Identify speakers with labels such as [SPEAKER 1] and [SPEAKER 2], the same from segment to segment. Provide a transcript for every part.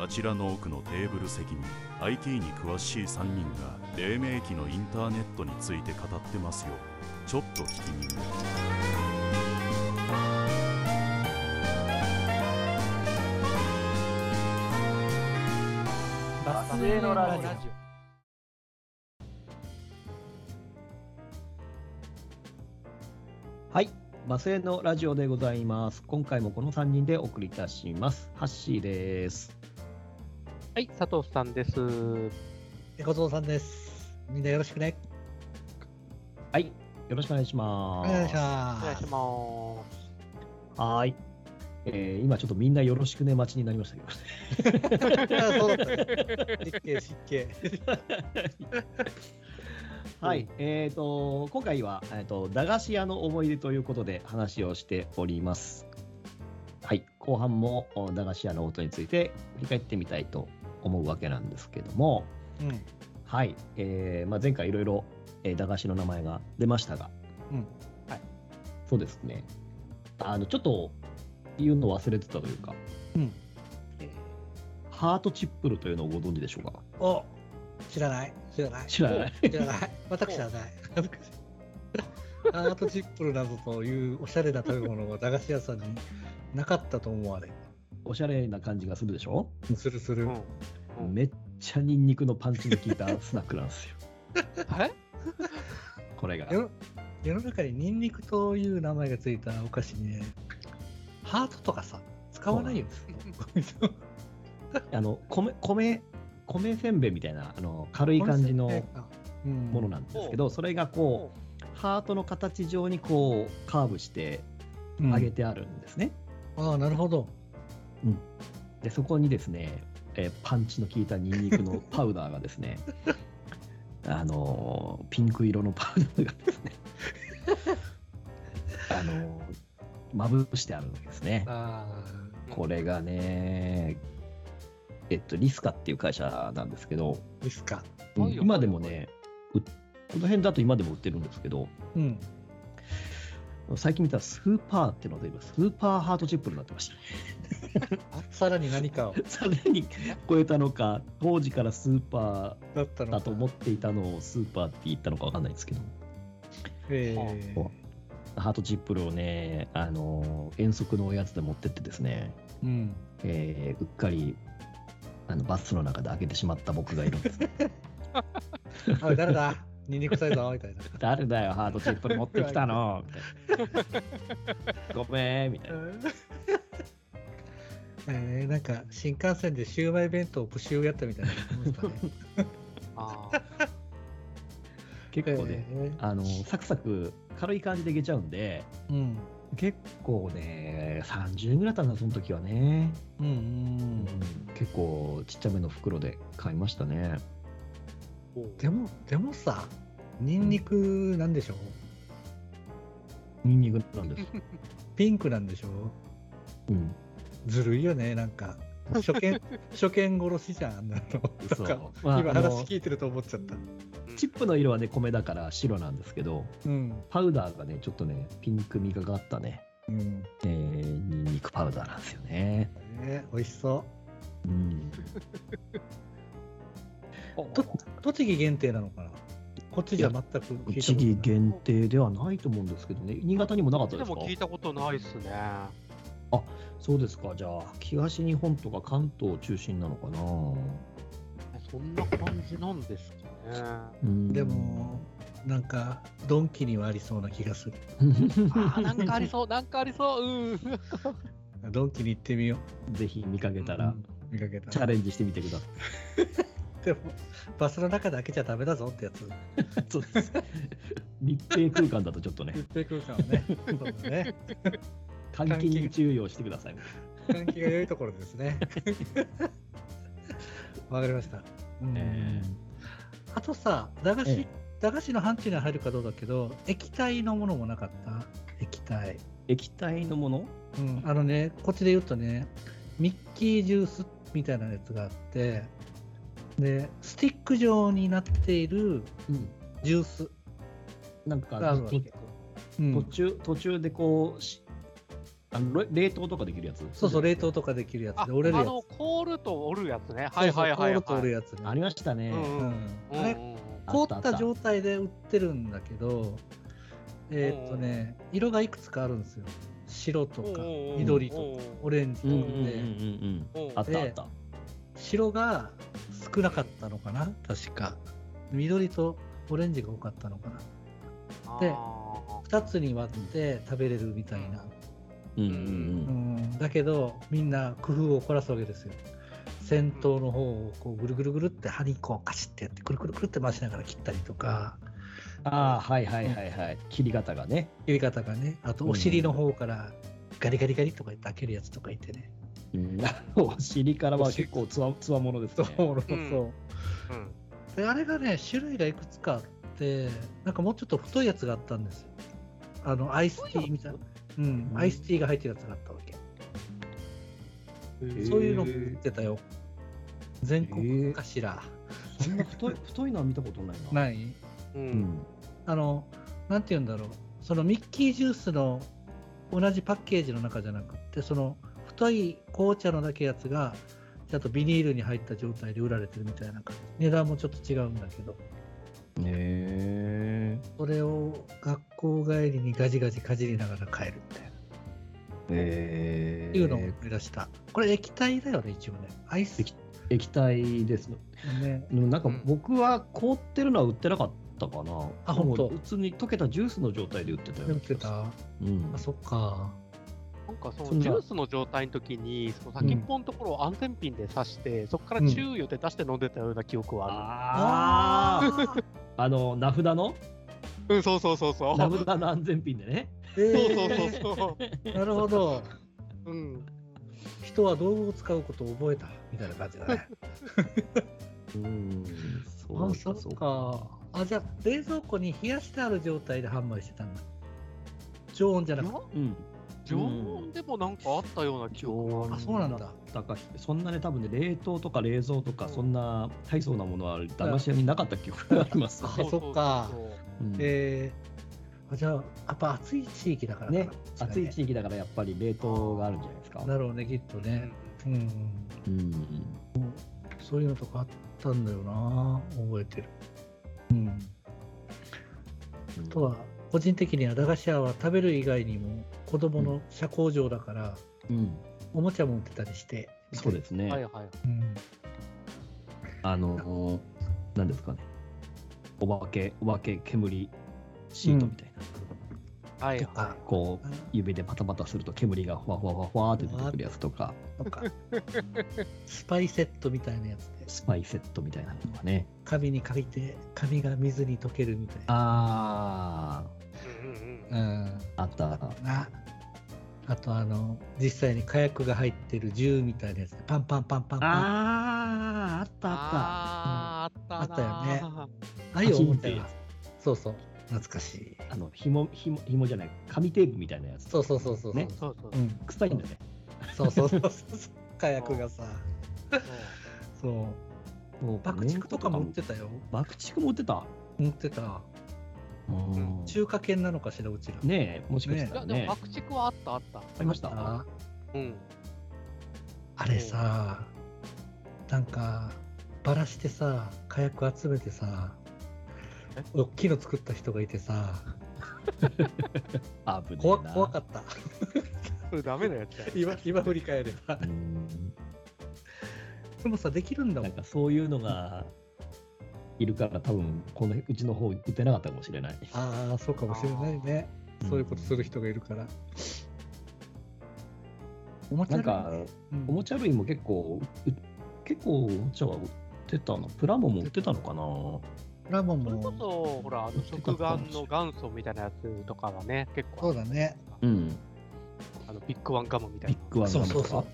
[SPEAKER 1] あちらの奥のテーブル席に IT に詳しい3人が黎明期のインターネットについて語ってますよちょっと聞きに
[SPEAKER 2] バスへのラジオ
[SPEAKER 3] はい、バスへのラジオでございます。今回もこの3人でお送りいたします。ハッシーです。
[SPEAKER 4] はい、佐藤さんです。
[SPEAKER 2] 猫蔵さんです。みんなよろしくね。
[SPEAKER 3] はい、よろしくお願いし
[SPEAKER 2] お
[SPEAKER 3] ます。
[SPEAKER 2] 願いし
[SPEAKER 4] お願
[SPEAKER 2] ま
[SPEAKER 4] いし
[SPEAKER 2] す。
[SPEAKER 4] ます。
[SPEAKER 3] はーい。えー今ちょっとみんなよろしくね待ちになりましたけどね。
[SPEAKER 2] あそうだったね。失敬、失敬。
[SPEAKER 3] はい、えっ、と、今回は、えっ、と、駄菓子屋の思い出ということで話をしております。はい、後半もお駄菓子屋のことについて振り返ってみたいと思うわけなんですけども、
[SPEAKER 2] うん。
[SPEAKER 3] はい、えーまあ、前回いろいろえー駄菓子の名前が出ましたが、
[SPEAKER 2] うん
[SPEAKER 3] はい、そうですねあのちょっと言うの忘れてたというか、
[SPEAKER 2] うん
[SPEAKER 3] えーハートチップルというのをご存知でしょうか
[SPEAKER 2] お知らない知らない
[SPEAKER 3] 知らない
[SPEAKER 2] 知ら ない私知らない。恥ずかしい。アートチップルなどというおしゃれな食べ物が駄菓子屋さんになかったと思われ。
[SPEAKER 3] おしゃれな感じがするでしょ、
[SPEAKER 2] するする。
[SPEAKER 4] うんうん
[SPEAKER 3] めっちゃニンニクのパンチの効いたスナックなん ですよ
[SPEAKER 4] え
[SPEAKER 3] これが
[SPEAKER 2] 世の世の中にニンニクという名前がついたお菓子にね、ハートとかさ、使わないよ。
[SPEAKER 3] あの米米米せんべいみたいなあの軽い感じのものなんですけど、それがこうハートの形状にこうカーブして
[SPEAKER 2] うん
[SPEAKER 3] 上げてあるんですね、
[SPEAKER 2] ああなるほど
[SPEAKER 3] でそこにですね、えーパンチの効いたニンニク のパウダーがですねあのーピンク色のパウダーがで すねあのーまぶしてあるんですね
[SPEAKER 2] あ
[SPEAKER 3] これがねえっとリスカっていう会社なんですけど、
[SPEAKER 2] あですか
[SPEAKER 3] うん
[SPEAKER 4] はいよ
[SPEAKER 3] 今でもねうこの辺だと今でも売ってるんですけど
[SPEAKER 2] うん
[SPEAKER 3] 最近見たらスーパーっていうのが出てくるスーパーハートチップになってま した
[SPEAKER 2] あさらに何かを
[SPEAKER 3] さらに超えたのか当時からスーパ
[SPEAKER 2] だった
[SPEAKER 3] ー
[SPEAKER 2] の
[SPEAKER 3] だと思っていたのをスーパーって言ったのか分かんないですけど
[SPEAKER 2] ええ
[SPEAKER 3] こハートチップルをねあの遠足のおやつで持ってってですね、
[SPEAKER 2] うん
[SPEAKER 3] えーうっかりあのバスの中で開けてしまった僕がいるんですね
[SPEAKER 2] あ誰だニンニク臭いぞみたいな
[SPEAKER 3] 誰だよハートチップル持ってきたのみたいなごめんみたいな
[SPEAKER 2] えー、なんか新幹線でシウマイ弁当をプシューやったみたいな感じでしたね
[SPEAKER 4] あー
[SPEAKER 3] 結構ね、
[SPEAKER 2] え
[SPEAKER 3] あのサクサク軽い感じでいけちゃうんで
[SPEAKER 2] ーうん
[SPEAKER 3] 結構ね30円ぐらいだったんだその時はね
[SPEAKER 2] うんうん
[SPEAKER 3] 結構ちっちゃめの袋で買いましたね
[SPEAKER 2] でもでもさニンニクなんでしょう
[SPEAKER 3] ニンニクなんです、
[SPEAKER 2] ピンクなんでしょう
[SPEAKER 3] うん、
[SPEAKER 2] ずるいよねなんか初 見初見殺しじゃんあんなの
[SPEAKER 3] そ
[SPEAKER 2] なんか
[SPEAKER 3] う、まあ、
[SPEAKER 2] 今
[SPEAKER 3] あの
[SPEAKER 2] 話聞いてると思っちゃった
[SPEAKER 3] チップの色はね米だから白なんですけど
[SPEAKER 2] うん、
[SPEAKER 3] パウダーがねちょっとねピンク味がかったね
[SPEAKER 2] うん
[SPEAKER 3] えー、ニンニクパウダーなんですよね
[SPEAKER 2] えー、美味しそ
[SPEAKER 3] うん
[SPEAKER 2] うと栃木限定なのかなこっちじゃ全く聞いた
[SPEAKER 3] 栃
[SPEAKER 2] ことない
[SPEAKER 3] 木限定ではないと思うんですけどね新潟にもなかった
[SPEAKER 4] で
[SPEAKER 3] ですか
[SPEAKER 4] も聞いたことないっすね。
[SPEAKER 3] そうですかじゃあ東日本とか関東中心なのかな
[SPEAKER 4] そんな感じなんですかね。
[SPEAKER 3] うん
[SPEAKER 2] でもなんかドンキにはありそうな気がする
[SPEAKER 4] あーなんかありそう、なんかありそう、うん。
[SPEAKER 2] ドンキに行ってみよ
[SPEAKER 3] ぜひ見か
[SPEAKER 2] う
[SPEAKER 3] けた
[SPEAKER 2] う
[SPEAKER 3] ら
[SPEAKER 2] ん見かけた
[SPEAKER 3] チャ
[SPEAKER 2] ら
[SPEAKER 3] レンジしてみてください
[SPEAKER 2] でもバスの中で開けちゃダメだぞってやつ
[SPEAKER 3] そうです。 密閉空間だとちょっとね、
[SPEAKER 2] 密閉空間はね そうだね
[SPEAKER 3] 換気に注意をしてください。
[SPEAKER 2] 換気が良いところですね わかりました、うん
[SPEAKER 3] え
[SPEAKER 2] あとさ駄菓子、
[SPEAKER 3] ええ
[SPEAKER 2] 駄菓子の範疇には入るかどうだけど液体のものもなかった液体
[SPEAKER 3] 液体のもの
[SPEAKER 2] うん、あのね、こっちで言うとね、ミッキージュースみたいなやつがあって、で、スティック状になっているジュース
[SPEAKER 3] なんか
[SPEAKER 2] があるわけ。
[SPEAKER 3] と
[SPEAKER 2] うん
[SPEAKER 3] 途中、途中でこう、しあのれ冷凍とかできるやつ
[SPEAKER 2] そうそう、冷凍
[SPEAKER 3] と
[SPEAKER 2] とかできるや
[SPEAKER 4] あ、あ
[SPEAKER 2] つで折れるやつ。
[SPEAKER 4] の、凍ると折るやつね。はいはいはい
[SPEAKER 2] そうそう凍ると折
[SPEAKER 4] はい。
[SPEAKER 2] るやつね。
[SPEAKER 3] ありましたね。
[SPEAKER 4] うん
[SPEAKER 2] うん
[SPEAKER 4] うん
[SPEAKER 2] あれ
[SPEAKER 4] うん
[SPEAKER 3] あ
[SPEAKER 2] 凍
[SPEAKER 3] っ
[SPEAKER 2] った
[SPEAKER 3] あった
[SPEAKER 2] た状態で売ってるんだけど、えーっとね、色がいくつかあるんですよ。白とか、
[SPEAKER 4] うん
[SPEAKER 2] 緑とか
[SPEAKER 4] うん
[SPEAKER 2] オレンジと
[SPEAKER 3] うん
[SPEAKER 2] か
[SPEAKER 3] うんうんうん
[SPEAKER 2] で、
[SPEAKER 4] うん
[SPEAKER 3] あったあった。
[SPEAKER 2] 白が少なかったのかな、確か。緑とオレンジが多かったのかな。で
[SPEAKER 4] あー
[SPEAKER 2] 2つに割って食べれるみたいな。
[SPEAKER 3] うんう
[SPEAKER 2] う
[SPEAKER 3] んうん
[SPEAKER 2] ん、だけど、みんな工夫を凝らすわけですよ。先頭の方をこうぐるぐるぐるって針こうカシッてやってくるくるくるって回しながら切ったりとか
[SPEAKER 3] ああ、はいはいはいはい。切り方がね。
[SPEAKER 2] 切り方がねあとお尻の方からガリガリガリとか言って開けるやつとかいてね、
[SPEAKER 3] お尻からは結構つわつわものです
[SPEAKER 2] そう
[SPEAKER 3] ね。
[SPEAKER 2] そう
[SPEAKER 4] うんうん
[SPEAKER 2] であれがね種類がいくつかあってなんかもうちょっと太いやつがあったんですよあのアイスティーみたいなうん
[SPEAKER 3] うん
[SPEAKER 2] アイスティーが入ってるやつがあったわけ
[SPEAKER 3] へー
[SPEAKER 2] そういうの売ってたよ全国かしら、
[SPEAKER 3] そん な太い太いのは見たことないな。い。
[SPEAKER 2] ない
[SPEAKER 4] うん
[SPEAKER 3] うん。
[SPEAKER 2] あのなんて言うんだろうそのミッキージュースの同じパッケージの中じゃなくってその太い紅茶のだけやつがちゃんとビニールに入った状態で売られてるみたいな感じ値段もちょっと違うんだけど
[SPEAKER 3] へえ。
[SPEAKER 2] それを学校帰りにガジガジかじりながら帰るみたいな、
[SPEAKER 3] え
[SPEAKER 2] っていうのを思い出したこれ液体だよね一応ねアイス
[SPEAKER 3] 液液体ですね。
[SPEAKER 2] ね
[SPEAKER 3] でもなんか僕は凍ってるのは売ってなかったかな。
[SPEAKER 2] あ本当
[SPEAKER 3] でも普通に溶けたジュースの状態で売ってたよ。
[SPEAKER 2] でも来てた
[SPEAKER 3] うん
[SPEAKER 2] あ。そっか
[SPEAKER 4] なんかそ
[SPEAKER 3] そ
[SPEAKER 4] の
[SPEAKER 3] んな
[SPEAKER 4] ジュースの状態の時にその先っぽのところを安全ピンで刺して、そこから注意を出して飲んでたような記憶はあ
[SPEAKER 3] ああ。
[SPEAKER 2] ー
[SPEAKER 3] あの名札の
[SPEAKER 4] る。うん、そうそうそうそう。
[SPEAKER 3] 名札の安全ピンでね。
[SPEAKER 2] え
[SPEAKER 4] そう
[SPEAKER 2] ー
[SPEAKER 4] そうそうそ
[SPEAKER 2] なるほど
[SPEAKER 4] う。う ん。
[SPEAKER 2] 人は道具を使うことを覚えたみたいな感じだね
[SPEAKER 3] うん。
[SPEAKER 2] あ、そっか。あ、じゃあ、冷蔵庫に冷やしてある状態で販売してたんだ。常温じゃないく
[SPEAKER 4] や
[SPEAKER 2] て。
[SPEAKER 3] うん。
[SPEAKER 4] 常温でもなんかあったような記憶がある。
[SPEAKER 2] あ、そうなんだ。
[SPEAKER 3] だからそんなね多分ね冷凍とか冷蔵とか
[SPEAKER 4] うん
[SPEAKER 3] そんな大層なものは駄菓子屋になかった記憶があります。
[SPEAKER 2] あそっか
[SPEAKER 4] そうそう
[SPEAKER 3] うん
[SPEAKER 2] えー、あじゃあ、やっぱ暑い地域だからかな
[SPEAKER 3] ね暑い地域だからやっぱり冷凍があるんじゃないですか。
[SPEAKER 2] だろうね、きっと
[SPEAKER 4] そう
[SPEAKER 2] ね。うん、
[SPEAKER 3] うん。
[SPEAKER 2] そういうのとかあったんだよな。覚えてる。うん。あとは、個人的には駄菓子屋は食べる以外にも、子供の社交場だから、
[SPEAKER 3] うん。
[SPEAKER 2] おもちゃも売ってたりして。
[SPEAKER 3] そうです
[SPEAKER 4] うん
[SPEAKER 3] ね。
[SPEAKER 4] はいはい。
[SPEAKER 2] うん。
[SPEAKER 3] あのー、なんですかね。お化け、お化け煙シートみたいな。
[SPEAKER 4] はいはい
[SPEAKER 2] と。か、
[SPEAKER 3] こう、指でパタパタすると煙がふわふわふわふわって出てくるやつとか、
[SPEAKER 2] とかスパイセットみたいなやつで
[SPEAKER 3] スパイセットみたいなのがね。
[SPEAKER 2] 紙に書いて紙が水に溶けるみたいな
[SPEAKER 3] あ
[SPEAKER 4] うんうんうん
[SPEAKER 2] うん
[SPEAKER 3] ー、あった。
[SPEAKER 2] なあとあの実際に火薬が入ってる銃みたいなやつでパンパンパンパンパンあ
[SPEAKER 3] あー、あったあっ
[SPEAKER 4] あーあったな
[SPEAKER 2] あったよ
[SPEAKER 4] ね。
[SPEAKER 2] あいうおもちゃ
[SPEAKER 3] パチン
[SPEAKER 2] が
[SPEAKER 3] って
[SPEAKER 2] そうそう懐かしい
[SPEAKER 3] た。あの、紐、紐、紐じゃない、紙テープみたいなやつ。
[SPEAKER 2] そうそうそうそうそう、
[SPEAKER 3] ね
[SPEAKER 4] そうそう
[SPEAKER 2] う。ん、
[SPEAKER 3] 臭いんだね。
[SPEAKER 2] そうそうそうそう火薬がさ
[SPEAKER 4] そう
[SPEAKER 2] そう爆竹とかも売ってたよ
[SPEAKER 3] 爆竹も売ってた。
[SPEAKER 2] 売ってた
[SPEAKER 3] うん
[SPEAKER 2] 中華圏なのかしらうちら
[SPEAKER 3] ねえ、もしかした
[SPEAKER 4] いや
[SPEAKER 3] ら
[SPEAKER 4] でも
[SPEAKER 3] ね。あ
[SPEAKER 4] 爆竹はあったあった。
[SPEAKER 3] りました。
[SPEAKER 4] うん。
[SPEAKER 2] あれさ、なんか、ばらしてさ、火薬集めてさ
[SPEAKER 4] え、
[SPEAKER 2] 大きいの作った人がいてさ、
[SPEAKER 3] あ、危ね
[SPEAKER 2] 怖
[SPEAKER 3] えな
[SPEAKER 2] 怖かった。
[SPEAKER 4] それダメなやつだよ。
[SPEAKER 2] 今、今振り返れば。
[SPEAKER 3] うん
[SPEAKER 2] でもさ、できるんだも
[SPEAKER 3] な
[SPEAKER 2] ん。
[SPEAKER 3] んかそういうのがいるから多分このうちの方打てなかったかもしれない。
[SPEAKER 2] ああ、そうかもしれないね。そういうことする人がいるから。おもちゃ
[SPEAKER 3] なん
[SPEAKER 2] 類
[SPEAKER 3] か
[SPEAKER 2] ね、うん
[SPEAKER 3] おもちゃ類も結構う結構おもちゃは売ってたのプラモも売ってたのかな
[SPEAKER 2] ラモン
[SPEAKER 4] それこ
[SPEAKER 2] も、
[SPEAKER 4] そ、ほら、あの食玩の元祖みたいなやつとかはね、結構ある、
[SPEAKER 2] そうだね
[SPEAKER 3] うん
[SPEAKER 4] あのビッグワンガムみたい
[SPEAKER 3] ビ
[SPEAKER 4] な
[SPEAKER 3] ッ。グワンガムと
[SPEAKER 2] そう
[SPEAKER 3] か
[SPEAKER 2] そ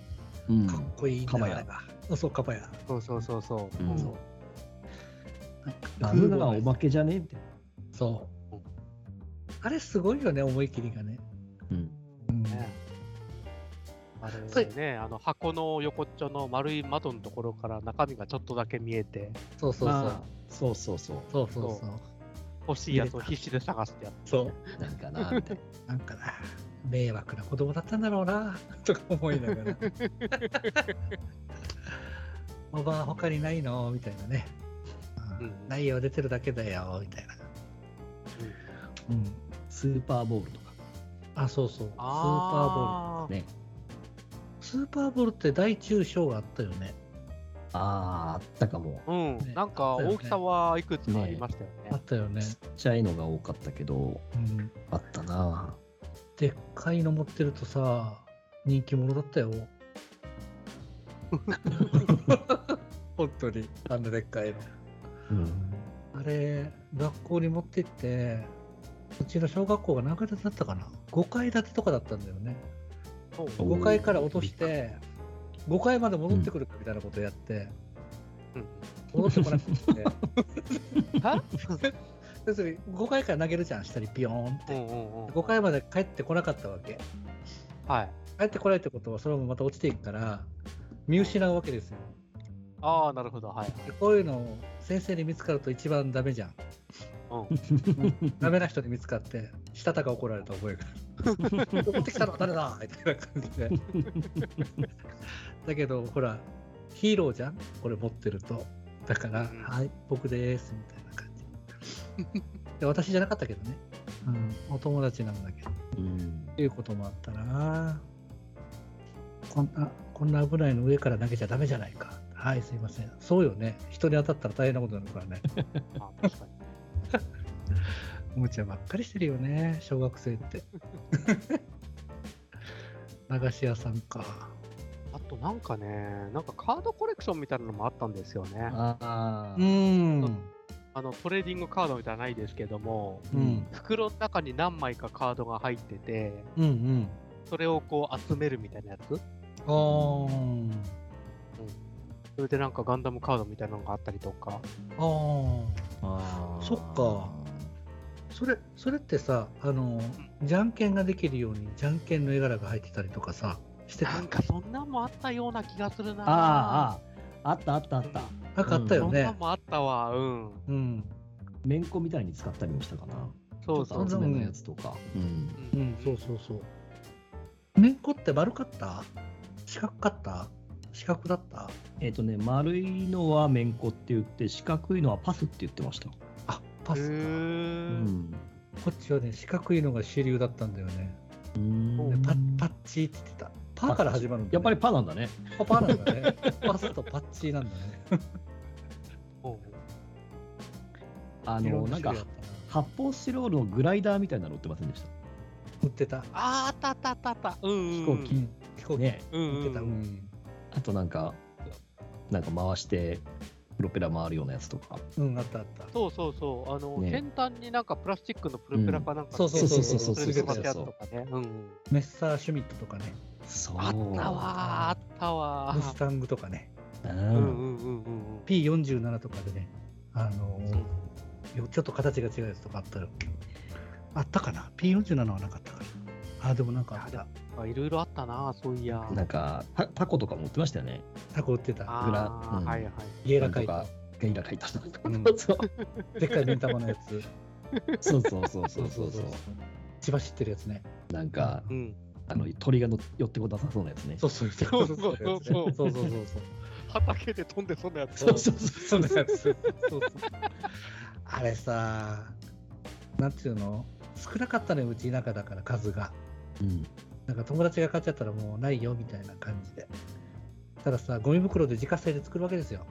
[SPEAKER 2] う
[SPEAKER 3] う、ん、
[SPEAKER 2] かっこいいんだ
[SPEAKER 3] カバヤ
[SPEAKER 2] あれがそうそう、カバヤ。
[SPEAKER 4] そうそうそうそう。
[SPEAKER 3] うん
[SPEAKER 4] そう
[SPEAKER 3] ガムがおまけじゃねえみたいな、
[SPEAKER 2] そう。あれ、すごいよね、思い切りがね。
[SPEAKER 3] うん、
[SPEAKER 2] うん
[SPEAKER 4] ねあ
[SPEAKER 2] そ
[SPEAKER 4] れ
[SPEAKER 2] う
[SPEAKER 4] ね、あの箱の横っちょの丸い窓のところから中身がちょっとだけ見えて、
[SPEAKER 2] そうそうそう
[SPEAKER 3] まあ。そうそうそう
[SPEAKER 2] そうそうそう。
[SPEAKER 4] 欲しいやつを必死で探してやる。
[SPEAKER 2] そう。
[SPEAKER 3] なんかなみたい
[SPEAKER 2] なんかな。迷惑な子供だったんだろうな とか思いながら おばあ他にないのみたいなね、う、
[SPEAKER 4] うんん
[SPEAKER 2] ないよ出てるだけだよみたいな、うん、
[SPEAKER 3] スーパーボールとか
[SPEAKER 2] あそうそうスーパーボー
[SPEAKER 4] あ
[SPEAKER 2] ル
[SPEAKER 3] ね。
[SPEAKER 2] スーパーボールって大中小があったよね
[SPEAKER 3] ああ、あったかも。
[SPEAKER 4] ーボール。う
[SPEAKER 2] ね
[SPEAKER 4] ん。なんか大きさはいくつかありましたよ
[SPEAKER 2] あ
[SPEAKER 4] ね
[SPEAKER 2] っ。たよね、
[SPEAKER 3] ちっちゃいのが多かったけど、
[SPEAKER 2] うん、
[SPEAKER 3] あったな。
[SPEAKER 2] でっかいの持ってるとさ人気者だったよ 本当にあんなでっかいの
[SPEAKER 3] うん。
[SPEAKER 2] あれ、学校に持ってって、うちの小学校が何階建てだったかな ?5 階建てとかだったんだよね。
[SPEAKER 4] そう
[SPEAKER 3] お
[SPEAKER 2] 5階から落として、5階まで戻ってくるかみたいなことやって、戻ってこなくて、
[SPEAKER 4] は
[SPEAKER 2] 要するに5階から投げるじゃん、下にピヨーンっ
[SPEAKER 4] う
[SPEAKER 2] て。
[SPEAKER 4] んうんうん。
[SPEAKER 2] 5階まで帰ってこなかったわけ。
[SPEAKER 4] はい。
[SPEAKER 2] 帰ってこないってことは、それもまた落ちていくから、見失うわけですよ。
[SPEAKER 4] ああ、なるほど。はい。
[SPEAKER 2] でこういうのを先生に見つかると一番ダメ じゃん。
[SPEAKER 4] うん。
[SPEAKER 2] ダメな人に見つかって、したたか怒られた覚 えがある。持ってきたのは誰だみたいな感じで。だけど、ほら、ヒーローじゃんこれ持ってると。だから、
[SPEAKER 4] うん
[SPEAKER 2] はい、僕です、みたいな感じ。 で私じゃなかったけどね。うん、お友達なんだけど。っ
[SPEAKER 3] うん。
[SPEAKER 2] ていうこともあったなこんな、こんな危ないの上から投げちゃダメじゃないか。はい、すいません。そうよね。人に当たったら大変なことになるから ね。
[SPEAKER 4] あ確かに。
[SPEAKER 2] おもちゃばっかりしてるよね小学生って 駄菓子屋さんか
[SPEAKER 4] あとなんかね、なんかカードコレクションみたいなのもあったんですよね。
[SPEAKER 3] ああ。
[SPEAKER 2] ん
[SPEAKER 4] あのトレーディングカードみたいなのないですけども、
[SPEAKER 2] うん
[SPEAKER 4] 袋の中に何枚かカードが入ってて、
[SPEAKER 2] うんうん
[SPEAKER 4] それをこう集めるみたいなやつ。
[SPEAKER 2] あー
[SPEAKER 4] それでなんかガンダムカードみたいなのがあったりとか。
[SPEAKER 2] あー
[SPEAKER 3] あー
[SPEAKER 2] そっか。それそれってさあのじゃんけんができるようにじゃんけんの絵柄が入ってたりとかさしてた
[SPEAKER 4] なんかそんなんもあったような気がするな。
[SPEAKER 3] ああ、あったあったあった。
[SPEAKER 2] なんかあった
[SPEAKER 4] そ
[SPEAKER 2] よ
[SPEAKER 4] んな
[SPEAKER 2] ね
[SPEAKER 4] んもあったわ。うん。
[SPEAKER 2] うん
[SPEAKER 3] めんこみたいに使ったりもしたかな。
[SPEAKER 4] そうそ
[SPEAKER 2] ちょ
[SPEAKER 4] う
[SPEAKER 2] っ。
[SPEAKER 3] ちょっと厚めのやつとか。うん。
[SPEAKER 2] う
[SPEAKER 4] うん
[SPEAKER 2] んそうそうそうめんこって丸かった四角かった四角だった
[SPEAKER 3] えっ、とね、丸いのはめんこって言って、四角いのはパスって言ってました。
[SPEAKER 2] あパ
[SPEAKER 4] へ
[SPEAKER 2] スか
[SPEAKER 3] う
[SPEAKER 4] ー。
[SPEAKER 2] こっちはね四角いのが主流だったんだよね
[SPEAKER 3] うん
[SPEAKER 2] でパッパッチーって言ってた。パーから始まるんだ、ね。
[SPEAKER 3] やっぱりパなんだね。
[SPEAKER 2] パパなんだね。パスとパッチーなんだね。
[SPEAKER 4] うん
[SPEAKER 3] あ
[SPEAKER 2] いろ
[SPEAKER 3] の、なんか
[SPEAKER 2] 種類あ、ったな
[SPEAKER 3] 発泡スチロールのグライダーみたいなの売ってませんでした。
[SPEAKER 2] 売ってた。
[SPEAKER 4] あーあったあったあったあった。うんうん。
[SPEAKER 3] 飛行機
[SPEAKER 2] うん飛行機、
[SPEAKER 3] ね。
[SPEAKER 4] うん
[SPEAKER 2] 売ってた。
[SPEAKER 4] う。
[SPEAKER 2] うんん。
[SPEAKER 3] あとなんか、なんか回して、プロペラ回るようなやつとか。
[SPEAKER 2] うん、あったあった。
[SPEAKER 4] そうそうそう。あの、
[SPEAKER 3] ね
[SPEAKER 4] 先端になんかプラスチックのプルペラかなんか、
[SPEAKER 2] うんそうそうそう
[SPEAKER 4] そ
[SPEAKER 2] そうう
[SPEAKER 4] そうそう。
[SPEAKER 2] そう
[SPEAKER 4] やつとかね。うんうん。
[SPEAKER 2] メッサーシュミットとかね。
[SPEAKER 3] そう
[SPEAKER 4] あったわー、あったわ
[SPEAKER 2] ムス
[SPEAKER 4] ー。
[SPEAKER 2] タングとかね。
[SPEAKER 3] う
[SPEAKER 4] うんうん
[SPEAKER 3] ん。
[SPEAKER 4] うんうんうん。
[SPEAKER 2] P47 とかでね。あのー
[SPEAKER 4] そう
[SPEAKER 2] よちょっと形が違うやつとかあったよ。あったかな ?P47 はなかったかなあ、でもなんかあっ
[SPEAKER 4] いや
[SPEAKER 2] た。
[SPEAKER 4] あいろいろあったな、そういや。
[SPEAKER 3] なんかタ、タコとかも売ってましたよね。
[SPEAKER 2] タコ売ってた。
[SPEAKER 4] ああ、
[SPEAKER 3] 裏うん
[SPEAKER 4] はいはい。
[SPEAKER 2] イエ
[SPEAKER 3] な
[SPEAKER 2] ラ
[SPEAKER 3] んと
[SPEAKER 2] カイ
[SPEAKER 3] か、ゲイラ書いたとか。
[SPEAKER 2] うん
[SPEAKER 3] そう
[SPEAKER 2] でっかい目ん玉のやつ。
[SPEAKER 3] そうそうそうそうそうそう。
[SPEAKER 2] 千葉知ってるやつね。
[SPEAKER 3] なんか、
[SPEAKER 4] うん。
[SPEAKER 3] あの鳥がの寄ってこなさそうなやつね。
[SPEAKER 2] そうそう
[SPEAKER 4] そうそうそうそう
[SPEAKER 2] そうそうそうそう。
[SPEAKER 4] 畑で飛んでそんなやつ。
[SPEAKER 3] そうそう
[SPEAKER 2] そんなやつ。そうそうあれさ、なんていうの少なかったね、うち田舎だから数が。
[SPEAKER 3] うん。
[SPEAKER 2] なんか友達が買っちゃったらもうないよみたいな感じで。たださ、ゴミ袋で自家製で作るわけです よ。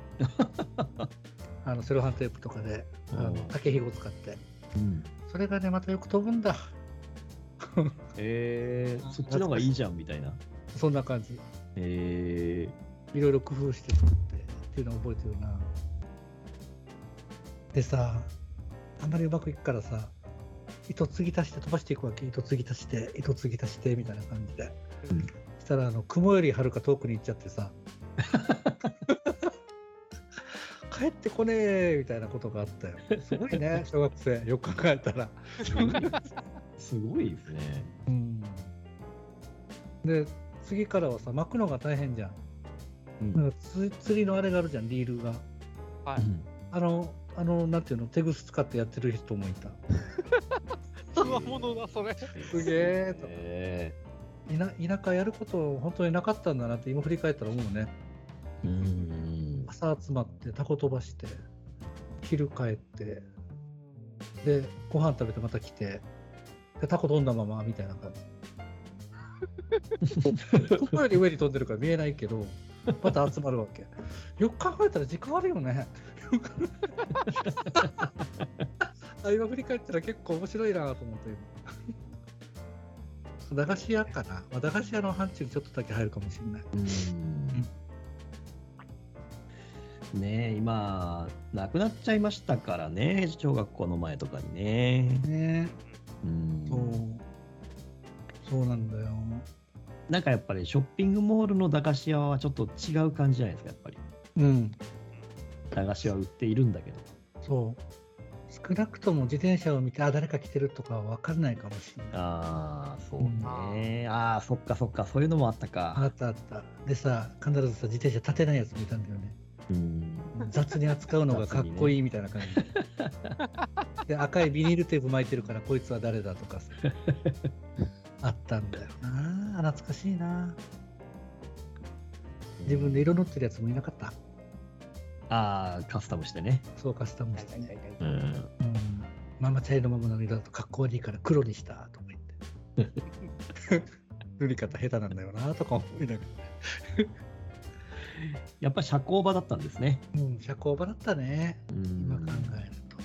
[SPEAKER 2] あのセロハンテープとかで、あの
[SPEAKER 3] うん
[SPEAKER 2] 竹ひご使って。
[SPEAKER 3] うん。
[SPEAKER 2] それがね、またよく飛ぶんだ。
[SPEAKER 3] えー、そっちの方がいいじゃんみたいな。
[SPEAKER 2] そんな感じ。
[SPEAKER 3] え
[SPEAKER 2] いろいろ工夫して作ってっていうのを覚えてるなでさあんまりうまくいくからさ糸継ぎ足して飛ばしていくわけ糸継ぎ足して糸継ぎ足してみたいな感じで、
[SPEAKER 3] うん
[SPEAKER 2] したらあの雲よりはるか遠くに行っちゃってさ帰ってこねえみたいなことがあったよすごいね小学生よく考えたら
[SPEAKER 3] ー、すごいですね。
[SPEAKER 2] うんで次からはさ巻くのが大変じゃん
[SPEAKER 3] うん
[SPEAKER 2] なんかつ釣りのあれがあるじゃんリールが
[SPEAKER 4] は
[SPEAKER 3] う
[SPEAKER 4] い。
[SPEAKER 3] ん
[SPEAKER 2] あの、あの、なんていうの、手ぐす使ってやってる人もいた。
[SPEAKER 4] つわものだ、それ。
[SPEAKER 2] すげえと
[SPEAKER 3] え
[SPEAKER 2] 田田舎やること本当になかったんだなって今振り返ったら思うね
[SPEAKER 3] えうん。
[SPEAKER 2] 朝集まってタコ飛ばして昼帰ってでご飯食べてまた来てでタコ飛んだままみたいな感じここより上に飛んでるから見えないけどまた集まるわけよく考えたら時間あるよね あ今振り返ったら結構面白いなと思って今駄菓子屋かな、まあ、駄菓子屋の範疇にちょっとだけ入るかもしれない
[SPEAKER 3] ねえ今なくなっちゃいましたからね小学校の前とかにね
[SPEAKER 2] ね
[SPEAKER 3] うん
[SPEAKER 2] そうそうなんだよ
[SPEAKER 3] なんかやっぱりショッピングモールの駄菓子屋はちょっと違う感じじゃないですかやっぱり
[SPEAKER 2] うん
[SPEAKER 3] 駄菓子は売っているんだけど
[SPEAKER 2] そう少なくとも自転車を見てあ誰か来てるとかは分かんないかもしれない
[SPEAKER 3] ああそうね、ああそっかそっかそういうのもあった
[SPEAKER 2] あ
[SPEAKER 3] か
[SPEAKER 2] ったあったでさ必ずさ自転車立てないやつ見たんだよね
[SPEAKER 3] うん
[SPEAKER 2] 雑に扱うのがかっこいいみたいな感じ、 で赤いビニールテープ巻いてるからこいつは誰だとかさあったんだよな懐かしいな自分で色塗ってるやつもいなかった
[SPEAKER 3] ああカスタムしてね
[SPEAKER 2] そうカスタムしてね、
[SPEAKER 3] うん
[SPEAKER 2] うん、ママ茶色のままの色だとかっこ悪いから黒にしたと思って 塗り方下手なんだよなとか思いながら
[SPEAKER 3] やっぱ社交場だったんですね
[SPEAKER 2] うん、社交場だったね、今
[SPEAKER 3] 今
[SPEAKER 2] 考えると。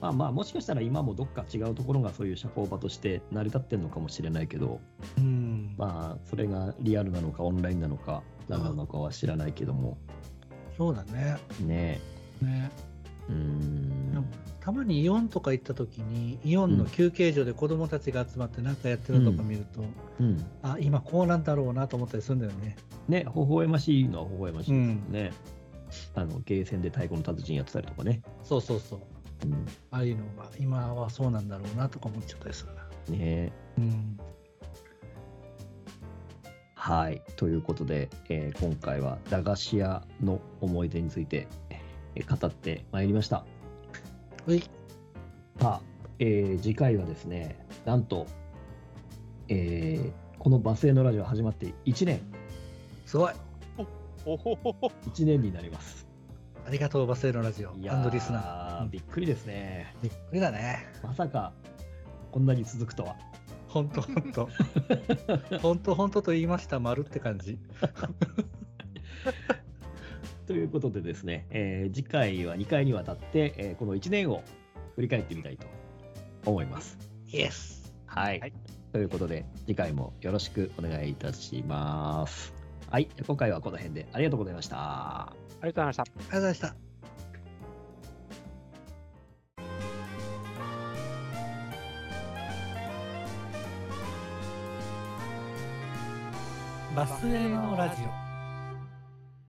[SPEAKER 3] まあまあもしかしたら今もどっか違うところがそういう社交場として成り立ってるのかもしれないけど
[SPEAKER 2] うん、
[SPEAKER 3] まあそれがリアルなのかオンラインなのか何なのかは知らないけども
[SPEAKER 2] そうだね。
[SPEAKER 3] ね
[SPEAKER 2] ね
[SPEAKER 3] うー
[SPEAKER 2] でも
[SPEAKER 3] ん
[SPEAKER 2] たまにイオンとか行った時に、イオンの休憩所で子供たちが集まってなんかやってるとか見ると、
[SPEAKER 3] うん
[SPEAKER 2] あ、今こうなんだろうなと思ったりするんだよね。
[SPEAKER 3] ね微笑ましいのは微笑ましいですよね、あのゲーセンで太鼓の達人やってたりとかね、
[SPEAKER 2] そうそうそう。
[SPEAKER 3] うん
[SPEAKER 2] ああいうのが、今はそうなんだろうなとか思っちゃったりするな。
[SPEAKER 3] ね
[SPEAKER 2] うん。
[SPEAKER 3] はいということで、えー今回は駄菓子屋の思い出についてえー語ってまいりました
[SPEAKER 2] うい、
[SPEAKER 3] さあ、えー次回はですね、なんと、えーこのバスへのラジオ始まって1年、
[SPEAKER 2] すごい。
[SPEAKER 4] おほほほ。
[SPEAKER 3] 1年になります。
[SPEAKER 2] ありがとう、バセイロラジオ。アンドリスナー。
[SPEAKER 3] ーびっくりですね。
[SPEAKER 2] びっくりだね。
[SPEAKER 3] まさか、こんなに続くとは。
[SPEAKER 2] ほんとほんと。ほんとほんとと言いました、丸って感じ。
[SPEAKER 3] ということでですね、えー次回は2回にわたって、えーこの1年を振り返ってみたいと思います。
[SPEAKER 2] イエス。
[SPEAKER 3] はい。
[SPEAKER 4] はい
[SPEAKER 3] ということで、次回もよろしくお願いいたします。はい、今回はこの辺でありがとうございました。
[SPEAKER 4] ありがとうございました。
[SPEAKER 2] ありがとうございました。バスへのラジオ。